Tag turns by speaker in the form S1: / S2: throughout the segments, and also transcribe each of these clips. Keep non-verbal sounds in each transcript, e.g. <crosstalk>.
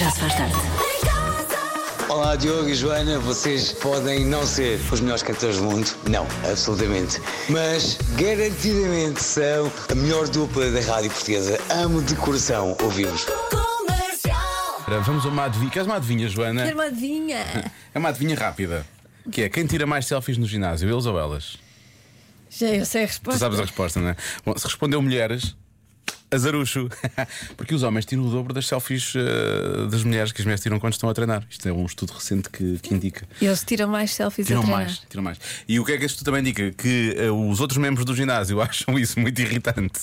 S1: Já se faz tarde.
S2: Olá, Diogo e Joana. Vocês podem não ser os melhores cantores do mundo, não, absolutamente. Mas garantidamente são a melhor dupla da rádio portuguesa. Amo de coração ouvir-vos.
S3: Ora, Vamos a uma adivinha. Queres uma adivinha, Joana?
S4: Armadinha.
S3: <laughs> É uma adivinha rápida. Que é quem tira mais selfies no ginásio, eles ou elas?
S4: Já eu sei a
S3: Tu
S4: resposta.
S3: sabes a resposta, não é? Bom, se respondeu mulheres, azarucho. <laughs> Porque os homens tiram o dobro das selfies eh, das mulheres que as mulheres tiram quando estão a treinar. Isto é um estudo recente que, que indica.
S4: Eles tiram mais selfies
S3: Tiram
S4: a treinar.
S3: mais, tiram mais. E o que é que isto também indica? Que eh, os outros membros do ginásio <laughs> acham isso muito irritante.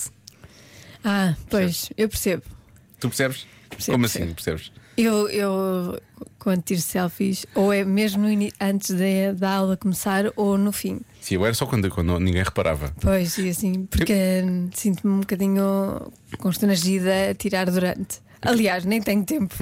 S4: Ah, pois, eu percebo.
S3: Tu percebes?
S4: Percebo,
S3: Como
S4: percebo.
S3: assim? Percebes?
S4: Eu, eu quando tiro selfies, ou é mesmo no ini- antes da, da aula começar ou no fim.
S3: Sim, eu era só quando, quando ninguém reparava.
S4: Pois, e assim, porque hum, sinto-me um bocadinho constrangida a tirar durante. Aliás, nem tenho tempo.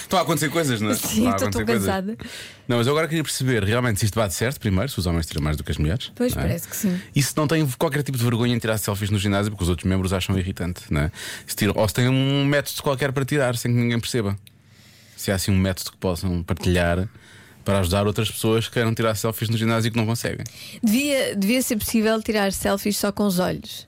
S3: Estão a acontecer coisas, não é?
S4: Sim, estou
S3: Estão a acontecer
S4: tão
S3: coisas.
S4: cansada.
S3: Não, mas eu agora queria perceber realmente se isto bate certo, primeiro, se os homens tiram mais do que as mulheres.
S4: Pois,
S3: não é?
S4: parece que sim.
S3: E se não têm qualquer tipo de vergonha em tirar selfies no ginásio porque os outros membros acham irritante, não é? Se tiram, ou se têm um método qualquer para tirar sem que ninguém perceba. Se há assim um método que possam partilhar para ajudar outras pessoas que queiram tirar selfies no ginásio e que não conseguem.
S4: Devia, devia ser possível tirar selfies só com os olhos.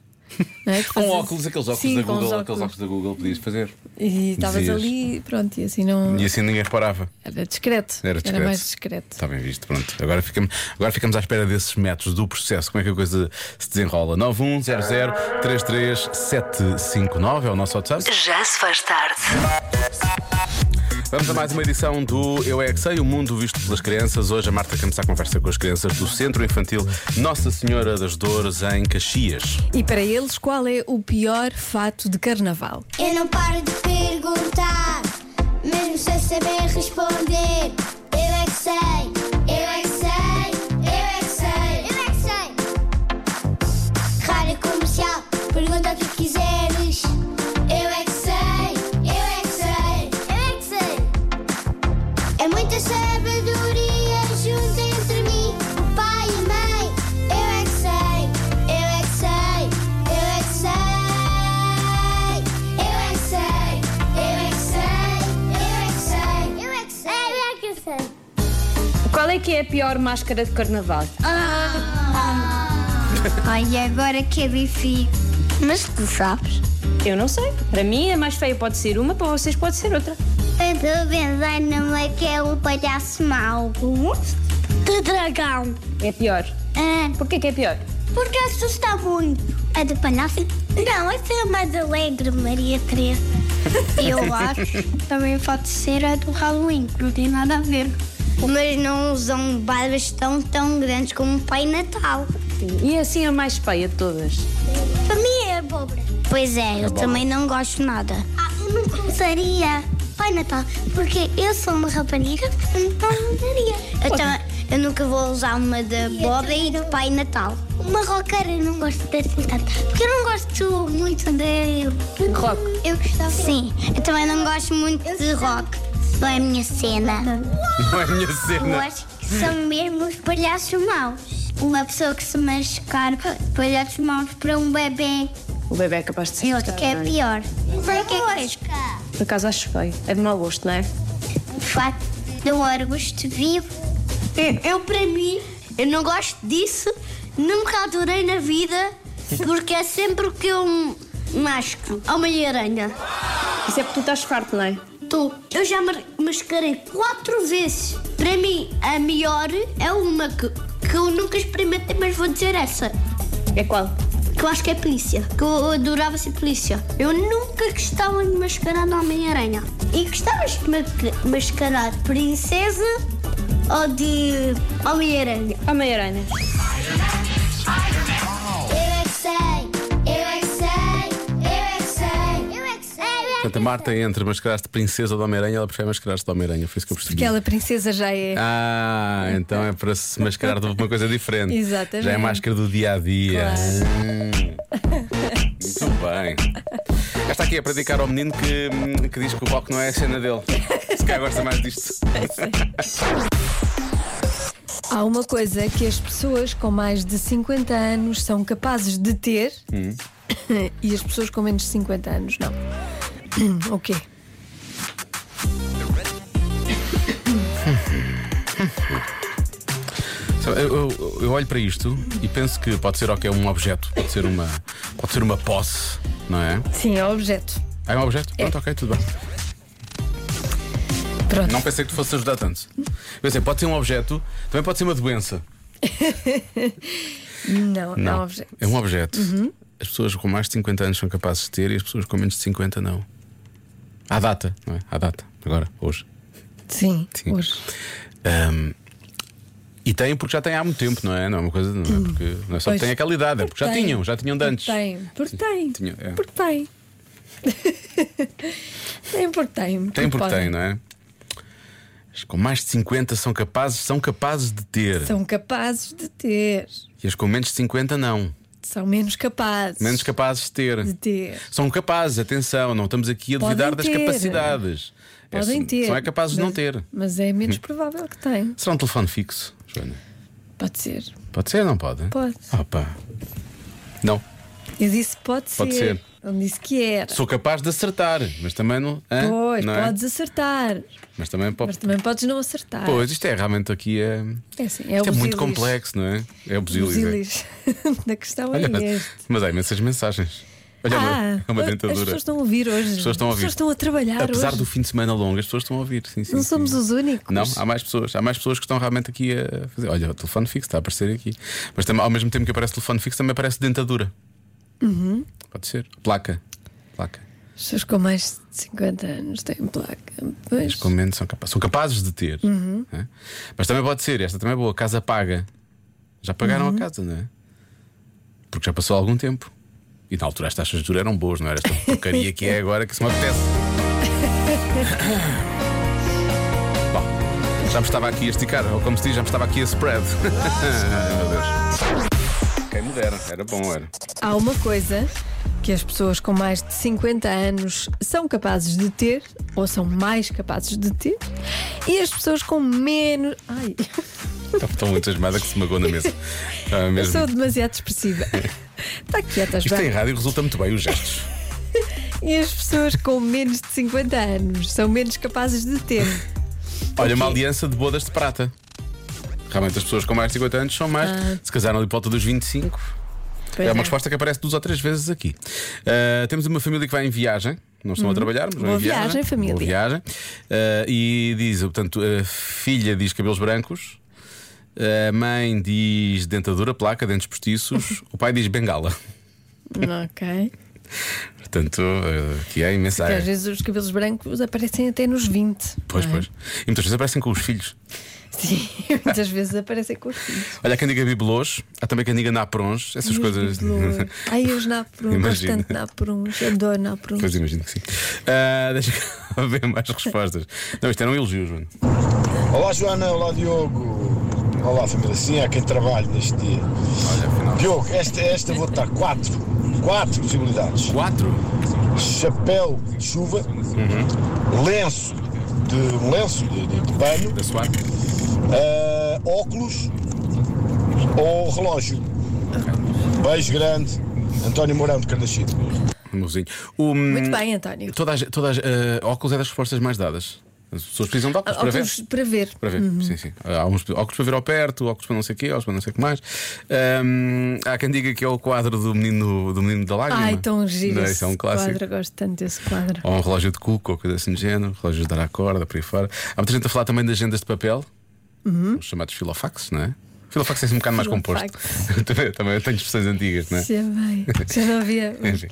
S4: não
S3: <laughs>
S4: é? Que
S3: Com
S4: fazes-
S3: óculos, aqueles óculos
S4: Sim,
S3: da
S4: com os
S3: Google, aqueles
S4: óculos.
S3: óculos da Google podias fazer.
S4: E estavas
S3: Dizias.
S4: ali, pronto, e assim não.
S3: E assim ninguém reparava.
S4: Era discreto.
S3: Era discreto.
S4: mais discreto.
S3: Está bem visto, pronto. Agora ficamos, agora ficamos à espera desses métodos, do processo, como é que a coisa se desenrola. 910033759 é o nosso WhatsApp.
S1: Já se faz tarde.
S3: Vamos a mais uma edição do Eu é que Sei, o mundo visto pelas crianças. Hoje a Marta Campos está a conversa com as crianças do Centro Infantil Nossa Senhora das Dores, em Caxias. <laughs>
S4: E para eles, qual é o pior fato de carnaval?
S5: Eu não paro de perguntar, mesmo sem saber responder. Eu é que sei, eu é que sei, eu é que sei, eu é que sei. Rádio comercial, pergunta o que quiseres. Eu é que sei, eu é que sei, eu é que sei. É muita sabedoria junto entre mim, o pai e a mãe. Eu é que sei, eu é que sei, eu é que sei. Eu é que sei, eu é que sei, eu é que sei, eu é que sei, eu é que sei.
S6: Qual é que é a pior máscara de carnaval?
S5: Ah. Ai, agora que é difícil. Mas tu sabes?
S6: Eu não sei. Para mim, a mais feia pode ser uma, para vocês pode ser outra.
S5: Eu estou a pensar naquele é palhaço mau. De dragão. Ah,
S6: É pior. Porquê que é pior?
S5: Porque assusta muito. A do palhaço? Não, essa é a mais alegre, Maria Teresa. Eu acho. Também pode ser a do Halloween, que não tem nada a ver. Mas não usam barbas tão, tão grandes como o Pai Natal.
S6: E assim a mais feia de todas.
S5: Para mim é abóbora. Pois é, eu também não gosto nada. Ah, eu não usaria Pai Natal, porque eu sou uma rapariga, então não usaria. Então, Eu, nunca vou usar uma de abóbora e de Pai Natal. Uma roqueira eu não gosto dessa tanto, porque eu não gosto muito de...
S6: Rock.
S5: Eu gostava. Sim, eu também não gosto muito de rock. Não é a minha cena.
S3: Não é a minha
S5: Eu
S3: cena.
S5: acho que são mesmo os palhaços maus. Uma pessoa que se machucar, palhaços maus para um bebê.
S6: O bebê é capaz de ser.
S5: Eu acho que é pior. Para que é que
S6: Por acaso acho feio. É de mau gosto, não é?
S5: O fato de um arbusto vivo. Eu, para mim, eu não gosto disso. Nunca adorei na vida, porque é sempre que eu masco a uma aranha.
S6: Isso é porque tu estás farto, não é?
S5: Tô. Eu já mar- mascarei quatro vezes. Para mim, a melhor é uma que, que eu nunca experimentei, mas vou dizer essa.
S6: É qual?
S5: Que eu acho que é polícia. Que eu eu adorava ser polícia. Eu nunca gostava de mascarar de Homem-Aranha. E gostavas de ma- mascarar de princesa ou de Homem-Aranha?
S6: Homem-Aranha.
S5: Eu é que sei, eu é que sei, eu é que sei, eu é que sei.
S3: Portanto, a Marta é entre mascarar-te de princesa ou de Homem-Aranha, ela prefere mascarar-se de Homem-Aranha. Foi isso que eu percebi.
S4: Aquela princesa já é.
S3: Ah, então é para se mascarar de uma coisa
S4: <laughs>
S3: diferente.
S4: Exatamente.
S3: Já é máscara do dia a dia. Hum.
S4: Claro.
S3: Muito bem. Esta aqui é para dedicar ao menino que, que diz que o rock não é a cena dele. Se calhar gosta
S4: <laughs>
S3: mais disto.
S4: Há uma coisa que as pessoas com mais de 50 anos são capazes de ter
S3: Hum.
S4: Hum, e as pessoas com menos de 50 anos não. o quê?
S3: Sabe, Eu, eu- eu olho para isto e penso que pode ser ok, um objeto, pode ser uma, pode ser uma posse, não é?
S4: Sim, é o objeto.
S3: Ah, É um objeto? Pronto, ok, tudo bem.
S4: Pronto.
S3: Não pensei que te fosse ajudar tanto. Eu pensei, pode ser um objeto, também pode ser uma doença.
S4: Não, não é um objeto. Uhum.
S3: É um objeto. As pessoas com mais de 50 anos são capazes de ter e as pessoas com menos de 50 não. À data, não é? À data. Agora, hoje.
S4: Sim,
S3: Sim.
S4: hoje.
S3: Ahm, e têm porque já têm há muito tempo, não é? Não é uma coisa, não é? Porque não é
S4: Hum. Pois.
S3: só porque têm aquela idade, é porque já
S4: Tem.
S3: tinham, já tinham de antes.
S4: Tem, porque tem.
S3: Tinha- é.
S4: Porque tem. <laughs> tem porque tem.
S3: Tem porque
S4: podem.
S3: têm, não é? As com mais de 50 são capazes, são capazes de ter.
S4: São capazes de ter.
S3: E as com menos de 50 não.
S4: São menos capazes.
S3: Menos capazes de ter.
S4: de ter.
S3: São capazes, atenção, não estamos aqui a
S4: Podem
S3: duvidar das
S4: ter.
S3: capacidades. É,
S4: Podem
S3: são-
S4: ter.
S3: São é capazes de não
S4: mas-
S3: ter.
S4: Mas é menos provável que tem.
S3: Será um telefone fixo, Joana?
S4: Pode ser.
S3: Pode ser ou não pode?
S4: Pode.
S3: Opa. Não.
S4: Eu disse pode ser.
S3: Pode ser.
S4: Não disse que era.
S3: Sou capaz de acertar, mas também não. hã?
S4: Pois,
S3: não é?
S4: podes acertar.
S3: Mas também pode.
S4: Mas tá. também podes não acertar.
S3: Pois, isto é realmente aqui é.
S4: É assim, é
S3: isto é
S4: o
S3: muito
S4: busilis.
S3: complexo, não é? É o
S4: Os
S3: busilis. é.
S4: ilis. <laughs> da questão
S3: Olha,
S4: é
S3: mas,
S4: este. Ah,
S3: mas há imensas mensagens. Olha, é uma- é uma
S4: as
S3: dentadura.
S4: pessoas estão a ouvir hoje. As
S3: pessoas estão a ouvir.
S4: trabalhar
S3: Apesar
S4: hoje.
S3: do fim de semana longo, as pessoas estão a ouvir. Sim, sim,
S4: Não
S3: sim.
S4: somos os únicos.
S3: Não, há mais pessoas. Há mais pessoas que estão realmente aqui a fazer. Olha, o telefone fixo está a aparecer aqui. Mas também, ao mesmo tempo que aparece telefone fixo, também aparece dentadura. Pode ser. Placa. Placa.
S4: As pessoas com mais de 50 anos têm placa. Pois,
S3: Mas com menos são capazes, são capazes de ter.
S4: Uhum.
S3: né? Mas também pode ser, esta também é boa, casa paga. Já pagaram
S4: Uhum.
S3: a casa, não é? Porque já passou algum tempo. E na altura as taxas de juros eram boas, não era esta porcaria que é agora que se
S4: <laughs>
S3: me apetece. Bom, já me estava aqui a esticar, ou como se diz, já me estava aqui a spread. <laughs> Ai, Meu Deus. Quem me dera, era bom, era.
S4: Há uma coisa que as pessoas com mais de 50 anos são capazes de ter, ou são mais capazes de ter, e as pessoas com menos. Ai, <laughs>
S3: Estou muito asmada que se magou na mesa. Ah,
S4: eu
S3: mesmo.
S4: sou demasiado
S3: <laughs>
S4: expressiva. Tá Está quieta,
S3: Isto é- em
S4: Joana.
S3: rádio resulta muito bem os gestos.
S4: E as pessoas com menos de 50 anos são menos capazes de
S3: <laughs>
S4: ter.
S3: Olha, uma aliança de bodas de prata. Realmente as pessoas com mais de 50 anos são mais. Se casaram ali por volta dos 25.
S4: Ah. Pois
S3: é uma resposta que aparece duas ou três vezes aqui. Ah, temos uma família que vai em viagem. Não estão a trabalhar, mas vão
S4: Uhum. Boa
S3: em viagem.
S4: viagem, família.
S3: Boa viagem. Ah, e diz, portanto, a filha diz cabelos brancos. A mãe diz dentadura, placa, dentes
S4: <laughs>
S3: postiços. o pai diz bengala.
S4: Ok.
S3: Portanto, ah, aqui é imensa.
S4: Porque às vezes os cabelos brancos aparecem até nos 20.
S3: Pois,
S4: não é?
S3: pois. E muitas vezes aparecem com os filhos.
S4: Sim, <laughs> muitas vezes aparecem com os filhos.
S3: Olha, há quem diga bibelôs, há também quem diga naprons, essas
S4: Meus
S3: coisas.
S4: bibelôs. Ai, eu os naprons,
S3: Imagina.
S4: bastante naprons, adoro naprons.
S3: <laughs> Pois é. imagino que sim. Ah, deixa eu <laughs> ver mais respostas. Não, isto era um elogio, João.
S1: Olá Joana, olá Diogo. Olá família, sim, há quem trabalhe neste dia.
S3: Olha, afinal.
S1: Diogo, esta, esta vou dar quatro, quatro possibilidades.
S3: Quatro?
S1: Chapéu de chuva, lenço, de um lenço de, de- de banho,
S3: Da SWAT?
S1: ah, óculos ou relógio. Beijo grande, António Mourão de Carnaxide.
S3: Meuzinho. O, hum,
S4: Muito bem, António.
S3: Toda a, ge- toda a, ge- ah, óculos é das respostas mais dadas. As pessoas precisam de óculos para ver.
S4: Ah, Óculos Uhum. para ver.
S3: Para ver, sim, sim. Ah, Há uns óculos para ver ao perto, óculos para não sei o quê, óculos para não sei o que mais. Ahm, há quem diga que é o quadro do menino, do menino da lágrima.
S4: Ai, tão giro.
S3: Não é?
S4: esse
S3: Isso é um clássico.
S4: Quadro, gosto tanto desse quadro.
S3: Ou um relógio de cuco, ou coisa assim do género, relógio de dar à corda, por aí fora. Há muita gente a falar também de agendas de papel, os chamados filofax, não é? Filofax é assim um bocado mais composto.
S4: Uhum. Filofax.
S3: <laughs> também, também tenho expressões antigas, não é?
S4: Já bem. Já não
S3: <laughs>
S4: havia
S3: Enfim.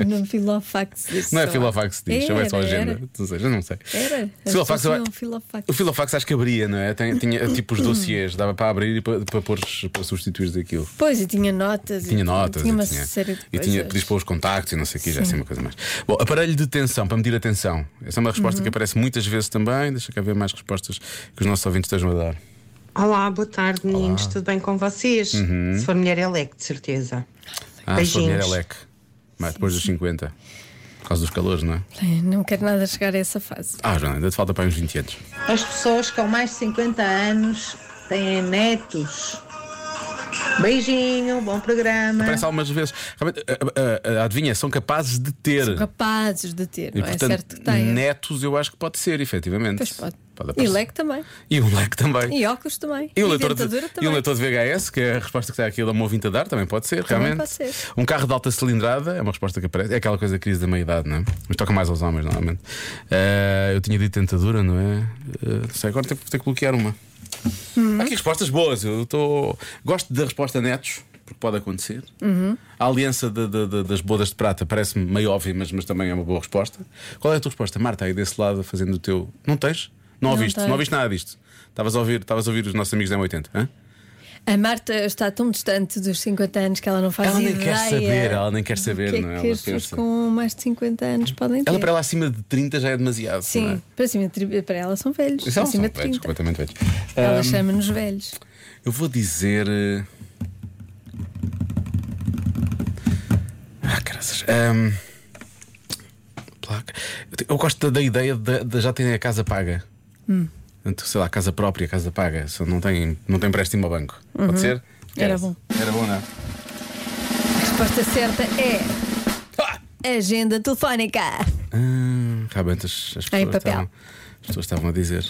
S4: o nome filofax. disso.
S3: É, Não é filofax, que diz,
S4: Era,
S3: ou é só agenda.
S4: era.
S3: Não sei, já não sei.
S4: Era. As
S3: Filofax,
S4: pessoas
S3: eu-
S4: tinham filofax.
S3: O filofax acho que abria, não é? Tinha, tinha
S4: <clears throat>
S3: tipo os dossiês, dava para abrir e para, para, pôr, para substituir daquilo.
S4: Pois, e tinha notas. e
S3: Tinha notas
S4: Tinha
S3: e
S4: uma
S3: tinha,
S4: série de
S3: e
S4: coisas.
S3: tinha pedidos para os contactos e não sei o que, já sei uma coisa mais. Bom, aparelho de tensão, para medir a tensão. Essa é uma resposta
S4: Uhum.
S3: que aparece muitas vezes também. Deixa cá ver mais respostas que os nossos ouvintes estejam a dar. Ah,
S7: Olá, boa tarde, meninos. Tudo bem com vocês?
S8: Uhum.
S7: Se for mulher, é leque, de certeza.
S3: Ah, se for mulher é
S7: Beijinhos.
S3: leque. Mas depois dos 50. Por causa dos calores, não é?
S4: Ai, Não quero nada chegar a essa fase.
S3: Ah, Joana, ainda te falta para uns 20 anos.
S9: As pessoas com mais de 50 anos têm netos. Beijinho, bom
S4: é?
S9: programa.
S3: Aparece algumas vezes. Realmente, a, a- a- adivinha, são capazes de ter.
S4: Capazes de ter,
S3: e
S4: não é
S3: portanto,
S4: certo que têm.
S3: netos eu acho que pode ser, efetivamente.
S4: Pois pode.
S3: Pode
S4: E
S3: aparecer.
S4: leque também.
S3: E o leque também.
S4: E óculos também.
S3: E o, leitor de,
S4: dentadura
S3: e
S4: também.
S3: o leitor de VHS, que é a resposta que está aqui, ele é um ouvinte a dar, também pode ser,
S4: Também
S3: realmente.
S4: pode ser.
S3: Um carro de alta cilindrada é uma resposta que aparece. É aquela coisa da crise da meia-idade, não é? Mas toca mais aos homens, normalmente. Ah, eu tinha dito tentadura, não é? Ah, sei, agora tenho, tenho que bloquear uma.
S4: Uhum.
S3: Há aqui respostas boas. Eu estou. Gosto da resposta netos, porque pode acontecer.
S4: Uhum.
S3: A aliança de- de- de- das bodas de prata parece-me meio óbvia, mas, mas também é uma boa resposta. Qual é a tua resposta, Marta, aí desse lado, fazendo o teu. Não tens? Não ouviste?
S4: tenho.
S3: Não ouviste nada disto? Estavas a ouvir, estavas a ouvir os nossos amigos da M80, hã?
S4: A Marta está tão distante dos 50 anos que ela não faz
S3: Ela nem
S4: ideia.
S3: quer saber, ela nem quer
S4: O
S3: saber,
S4: que é
S3: não é?
S4: que
S3: Ela
S4: as pessoas
S3: pensa.
S4: com mais de 50 anos podem ter?
S3: Ela para ela acima de 30 já é demasiado. Não é?
S4: Sim, para, cima de tri- para ela são velhos.
S3: São, são
S4: acima de
S3: velhos,
S4: 30.
S3: Um. completamente velhos.
S4: Ela
S3: Ahm,
S4: chama-nos velhos.
S3: eu vou dizer. eh, Ah, graças. Ahm, placa. Eu te- Eu gosto da, da ideia de, de já terem a casa paga.
S4: Hum.
S3: Portanto, Sei lá, casa própria, casa paga. Só não tem, não tem empréstimo ao banco. Pode ser?
S4: Uhum. Era
S3: Queres?
S4: bom.
S3: Era bom, não é?
S4: A resposta certa é. Agenda telefónica.
S3: Ah, realmente as, as pessoas
S4: papel.
S3: estavam- as pessoas estavam a dizer.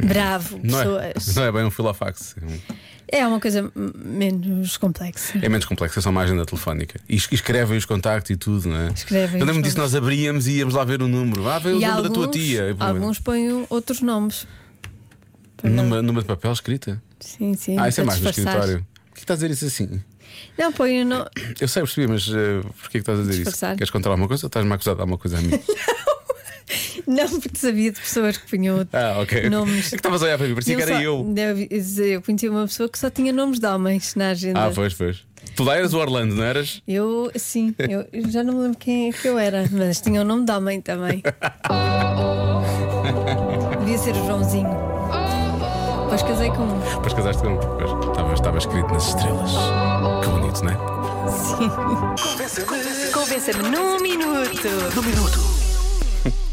S4: Bravo,
S3: Não é,
S4: pessoas.
S3: <laughs> não é bem um filofax. É um-
S4: É. uma coisa m- menos complexa.
S3: É menos complexo, é só uma agenda telefónica. E es- escrevem os contactos e tudo, não é?
S4: Escrevem
S3: Eu
S4: os
S3: lembro disso, nós abríamos e íamos lá ver o número. Ah, veio o
S4: e
S3: número
S4: alguns,
S3: da tua tia. E, pô,
S4: alguns põem outros nomes.
S3: Número, número de papel escrita?
S4: Sim, sim.
S3: ah, isso é
S4: para
S3: mais do
S4: disfarçar.
S3: escritório. Por que estás a dizer isso assim?
S4: Não, põem o nome.
S3: Eu sei, eu percebi, mas eh, porquê que estás a dizer
S4: Disfarçar.
S3: isso? Queres contar alguma coisa ou estás-me a acusar de alguma coisa
S4: <laughs>
S3: a mim?
S4: Não, porque sabia de pessoas que punham
S3: ah, ok.
S4: nomes.
S3: É que estavas a olhar para mim, parecia que
S4: Não
S3: era
S4: só-
S3: eu.
S4: Deve dizer, eu conheci uma pessoa que só tinha nomes de homens na agenda.
S3: Ah, pois, pois. Tu lá eras o Orlando, não eras?
S4: Eu, sim, eu, eu já não me lembro quem é que eu era, mas tinha o nome de homem também. Devia ser o Joãozinho. Depois casei com um.
S3: Depois casaste com. Pois, estava, estava escrito nas estrelas. Que bonito, não é?
S4: Convença-me num minuto. Num minuto.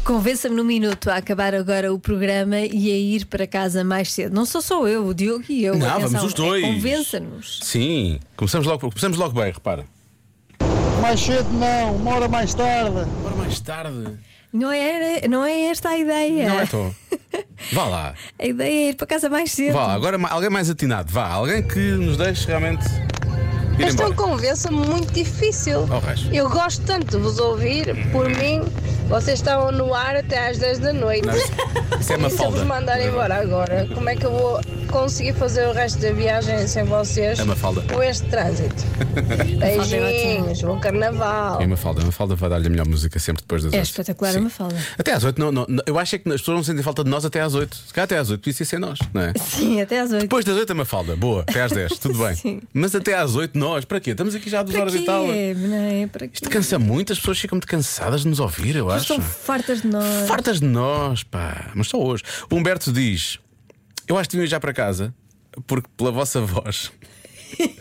S4: Convença-me num minuto a acabar agora o programa e a ir para casa mais cedo. Não sou só eu, o Diogo e eu.
S3: Não,
S4: Atenção,
S3: vamos os
S4: é
S3: dois.
S4: Convença-nos.
S3: Sim, começamos logo, começamos logo bem, repara.
S8: Mais cedo não, uma hora mais tarde.
S3: Agora mais tarde.
S4: Não é, não é esta a ideia.
S3: Não
S4: <laughs>
S3: é tô. Vá lá,
S4: A ideia é ir para casa mais cedo.
S3: vá lá. Agora ma- alguém mais atinado, vá. Alguém que nos deixe realmente ir
S10: Esta é
S3: embora.
S10: uma conversa muito difícil.
S3: Oh, raios.
S10: Eu gosto tanto de vos ouvir. Por mim, vocês estavam no ar até às 10 da noite.
S3: Não, isso, isso é uma
S10: E se eu vos
S3: falda.
S10: mandar embora agora, como é que eu vou conseguir fazer o resto da viagem sem vocês?
S3: É uma falda.
S10: Com
S3: <laughs>
S10: este trânsito. é
S4: ótima.
S10: Beijinhos, bom carnaval.
S3: É uma falda. Uma falda vai dar-lhe a melhor música sempre depois das
S4: É
S3: oito.
S4: espetacular,
S3: Sim.
S4: uma falda.
S3: Até às oito, não, não, não. eu acho é que as pessoas não sentem falta de nós até às oito. Se calhar até às oito, podia ser nós, não é?
S4: Sim, até às oito.
S3: Depois das oito é uma falda, boa, até às dez, tudo bem.
S4: Sim.
S3: Mas até às oito nós, para quê? Estamos aqui já há duas
S4: Para
S3: horas
S4: quê?
S3: e tal.
S4: Não é? Para quê?
S3: Isto cansa muito, as pessoas ficam muito cansadas de nos ouvir, eu acho.
S4: Estão fartas de nós.
S3: Fartas de nós, pá. Mas só hoje. O Humberto diz: Eu acho que deviam ir já para casa, porque pela vossa voz.
S4: <laughs>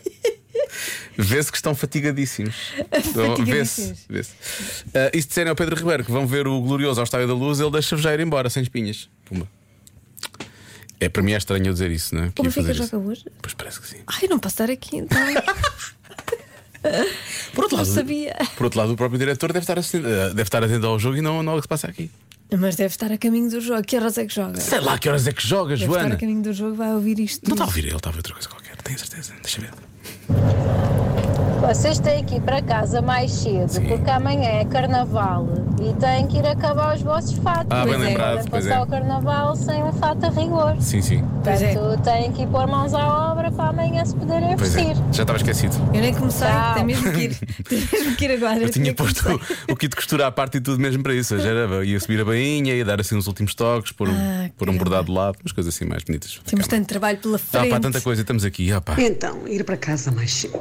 S3: Vê-se que estão
S4: <laughs>
S3: fatigadíssimos. Vê-se.
S4: Fatigadíssimos.
S3: Vê-se. Ah, e se disserem ao Pedro Ribeiro que vão ver o Glorioso ao Estádio da Luz, ele deixa-vos já ir embora, sem espinhas. Pumba. É, para mim é estranho eu dizer isso, não é? Que
S4: O
S3: ia
S4: Benfica
S3: fazer
S4: joga
S3: isso.
S4: hoje?
S3: Pois parece que sim.
S4: Ai, não posso estar aqui
S3: <laughs>
S4: então.
S3: Por outro
S4: Não
S3: lado,
S4: sabia.
S3: Por outro lado, o próprio diretor deve estar, assistindo- ah, deve estar atento ao jogo e não, não ao que se passa aqui.
S4: Mas deve estar a caminho do jogo. Que horas é que joga?
S3: Sei lá que horas é que joga,
S4: Deve estar
S3: Joana.
S4: a caminho do jogo, vai ouvir isto.
S3: Não está a ouvir ele, está a ouvir outra coisa qualquer, tenho certeza. Deixa ver.
S10: Vocês têm que ir para casa mais cedo, porque amanhã é carnaval e têm que ir acabar os vossos fatos.
S3: Ah, bem
S10: Não
S3: lembrado,
S10: podem
S3: pois
S10: passar
S3: é.
S10: o carnaval sem um fato a rigor.
S3: Sim, sim.
S4: Pois é.
S10: Portanto, têm que ir pôr mãos à obra para amanhã se poderem
S3: Pois é,
S10: vestir.
S3: já estava esquecido.
S4: Eu nem comecei,
S10: Tchau.
S4: tem mesmo que ir. <laughs> Tem mesmo que ir agora.
S3: Eu tinha
S4: que
S3: posto
S4: começar.
S3: o kit de costura à parte e tudo mesmo para isso. Já era, ia subir a bainha, ia dar assim uns últimos toques, pôr, um-
S4: Ah,
S3: pôr um
S4: caramba.
S3: bordado de lado, umas coisas assim mais bonitas.
S4: Temos
S3: Calma.
S4: tanto trabalho pela frente.
S3: Ah, pá, tanta coisa, estamos aqui. Ah, pá.
S11: Então, ir para casa mais cedo.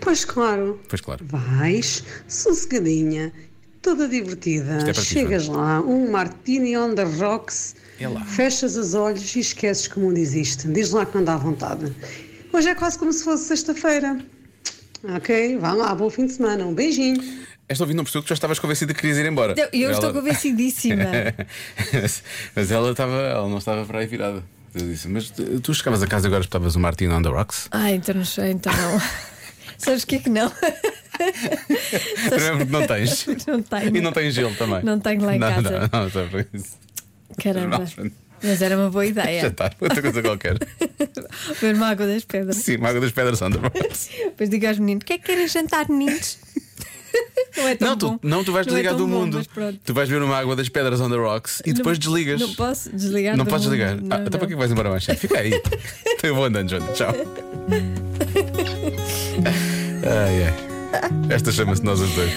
S11: Pois claro,
S3: Pois claro.
S11: vais, sossegadinha, toda divertida.
S3: Isto é para ti,
S11: Chegas lá, um martini on the rocks,
S3: É lá.
S11: fechas os olhos e esqueces que o mundo existe. Diz lá que não dá vontade. Hoje é quase como se fosse sexta-feira. Ok, vá lá, bom fim de semana. Um beijinho.
S3: Esta ouvindo não percebeu que tu já estavas convencida que querias ir embora.
S4: Eu, eu estou
S3: Ela- <laughs>
S4: convencidíssima.
S3: Mas ela, estava, ela não estava para aí virada. Eu disse, mas tu tu chegavas a casa e agora espetavas o Martin on the Rocks?
S4: Ah, então não sei, então
S3: <laughs>
S4: não. Sabes o que é que não?
S3: Primeiro porque não tens.
S4: <laughs> Não tenho.
S3: E não tens gelo também.
S4: Não tenho lá em
S3: Não,
S4: casa.
S3: Não, não, só por isso.
S4: Caramba.
S3: Jornal.
S4: Mas era uma boa
S3: Já tá.
S4: ideia.
S3: está, outra
S4: <laughs>
S3: coisa qualquer.
S4: Ver uma água das pedras.
S3: Sim, uma água das pedras Underground.
S4: Depois diga aos meninos: o que é que querem jantar, meninos? <laughs> Não é tão
S3: Não,
S4: bom.
S3: tu, não, tu vais
S4: é
S3: desligar
S4: tão
S3: do
S4: bom,
S3: mundo.
S4: mas pronto.
S3: Tu vais ver uma água das pedras on the rocks e depois
S4: Não-
S3: desligas.
S4: Não posso desligar.
S3: Não
S4: É do
S3: podes
S4: mundo.
S3: desligar.
S4: Não,
S3: Ah, então para que vais embora mais cedo? Fica aí. <laughs> então eu vou andando, Joana.
S4: <laughs>
S3: Tchau. Ai, ai. Esta chama-se Nós os Dois.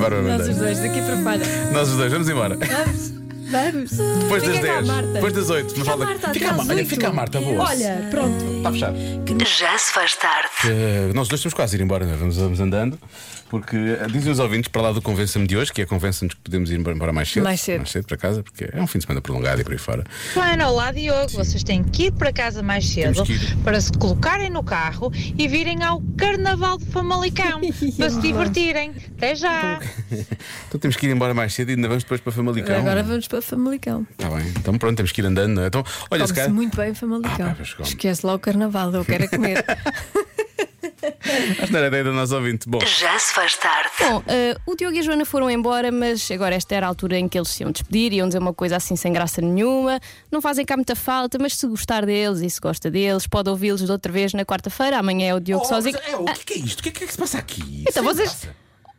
S3: Bárbara
S4: não. Nós
S3: Bandeira.
S4: os dois daqui para fora.
S3: Nós os dois, vamos embora.
S4: Vamos, vamos.
S3: Depois
S4: Fica
S3: das
S4: cá a
S3: 10,
S4: Marta.
S3: depois das 8. Mas
S4: Marta, até
S3: fica a
S4: às
S3: Marta, olha,
S4: oito.
S3: fica a Marta, boa.
S4: Olha, pronto.
S3: Está fechado.
S12: Já se faz tarde.
S3: Eh, nós dois temos quase ir embora, não é? vamos, vamos andando, porque eh, dizem os ouvintes para lá do Convença-me de hoje, que é convença-nos que podemos ir embora mais cedo,
S13: Mais cedo.
S3: para casa, porque é um fim de semana prolongado e por aí fora.
S4: Tá
S13: Plano, olá Diogo, vocês têm que ir para casa mais cedo
S3: Temos que ir.
S13: para se colocarem no carro e virem ao Carnaval de
S12: <laughs>
S13: Famalicão para se divertirem. Até já!
S3: Então temos que ir embora mais cedo e ainda vamos depois para Famalicão.
S4: Agora vamos para Famalicão.
S3: Tá bem, então pronto, temos que ir andando, não é? Então, olha,
S4: Come-se
S3: se calhar.
S4: muito bem em Famalicão.
S3: Ah,
S4: Esquece lá o carnaval, eu quero é
S3: <laughs>
S4: comer.
S3: Acho que não era a ideia do nosso ouvinte. Bom,
S12: Já se faz tarde. Bom, eh, o Diogo e a Joana foram embora, mas agora esta era a altura em que eles se iam despedir, iam dizer uma coisa assim sem graça nenhuma. Não fazem cá muita falta, mas se gostar deles e se gosta deles, pode ouvi-los de outra vez na quarta-feira. Amanhã é o Diogo sozinho.
S3: o que Oh, é isto? O que é que se passa aqui?
S12: Então vocês.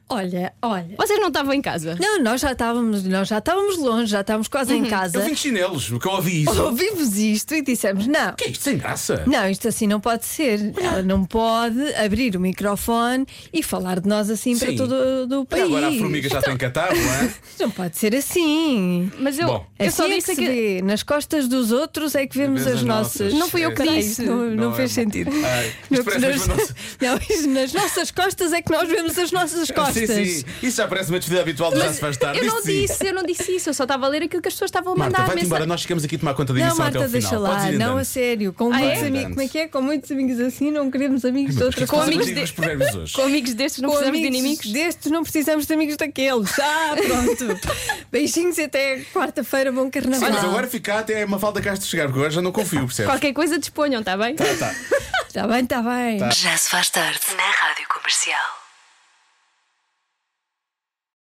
S4: Olha, olha.
S12: Vocês não estavam em casa?
S4: Não, nós já estávamos, nós já estávamos longe, já estávamos quase em casa.
S3: Uhum. Eu vim de chinelos, porque eu ouvi isso.
S4: Ouvimos isto e dissemos: não.
S3: que é isto sem graça?
S4: Não, isto assim não pode ser. Ela não pode abrir o microfone e falar de nós assim para
S3: Sim.
S4: todo do
S3: Olha,
S4: país.
S3: Agora a formiga já tem catarro, não é?
S4: Não pode ser assim.
S12: Mas eu- Bom. eu
S4: assim
S12: só
S4: é que
S12: disse
S4: se
S12: que-
S4: vê. Nas costas dos outros é que vemos
S12: Vês
S4: as,
S12: as
S4: nossas.
S12: nossas. Não fui eu que
S4: Carai,
S12: disse.
S4: isso Não, não
S12: Não é
S4: fez
S12: bom.
S4: sentido.
S3: Ah,
S12: Ai, isto
S4: Não,
S12: parece mesmo
S4: nas- <laughs> Não, isso nas nossas costas é que nós vemos as nossas costas.
S3: Ah, Sim, sim. Isso já parece uma despedida habitual do Já se faz tarde.
S12: eu não
S3: Isto sim.
S12: disse, eu não disse isso, eu só estava a ler aquilo que as pessoas estavam a
S3: Marta,
S12: mandar.
S3: vai-te
S12: mensa-
S3: embora, nós chegamos aqui a tomar conta da
S4: Não,
S3: emissão
S4: Marta,
S3: até ao final.
S4: deixa
S3: Podes
S4: lá,
S3: ir
S4: não
S3: andando.
S4: a sério. Com
S12: Ah, é?
S4: muitos amigos, como é que é? Com muitos amigos assim, não queremos amigos de
S3: Mas
S4: outra
S3: porquê que
S4: coisa.
S3: estás a dizer os provérbios hoje?
S12: Com amigos destes não
S4: Com
S12: precisamos de
S4: amigos
S12: inimigos?
S4: Destes não precisamos de amigos daqueles.
S12: <laughs>
S4: Ah, pronto. Beijinhos e até quarta-feira, bom
S3: Sim,
S4: carnaval.
S3: mas agora ficar até é uma falta cá de chegar, porque agora já não confio, percebes?
S12: Qualquer coisa disponham, está bem?
S3: Tá, tá.
S4: Está bem, está bem.
S3: Tá.
S12: se faz tarde. Na Rádio Comercial.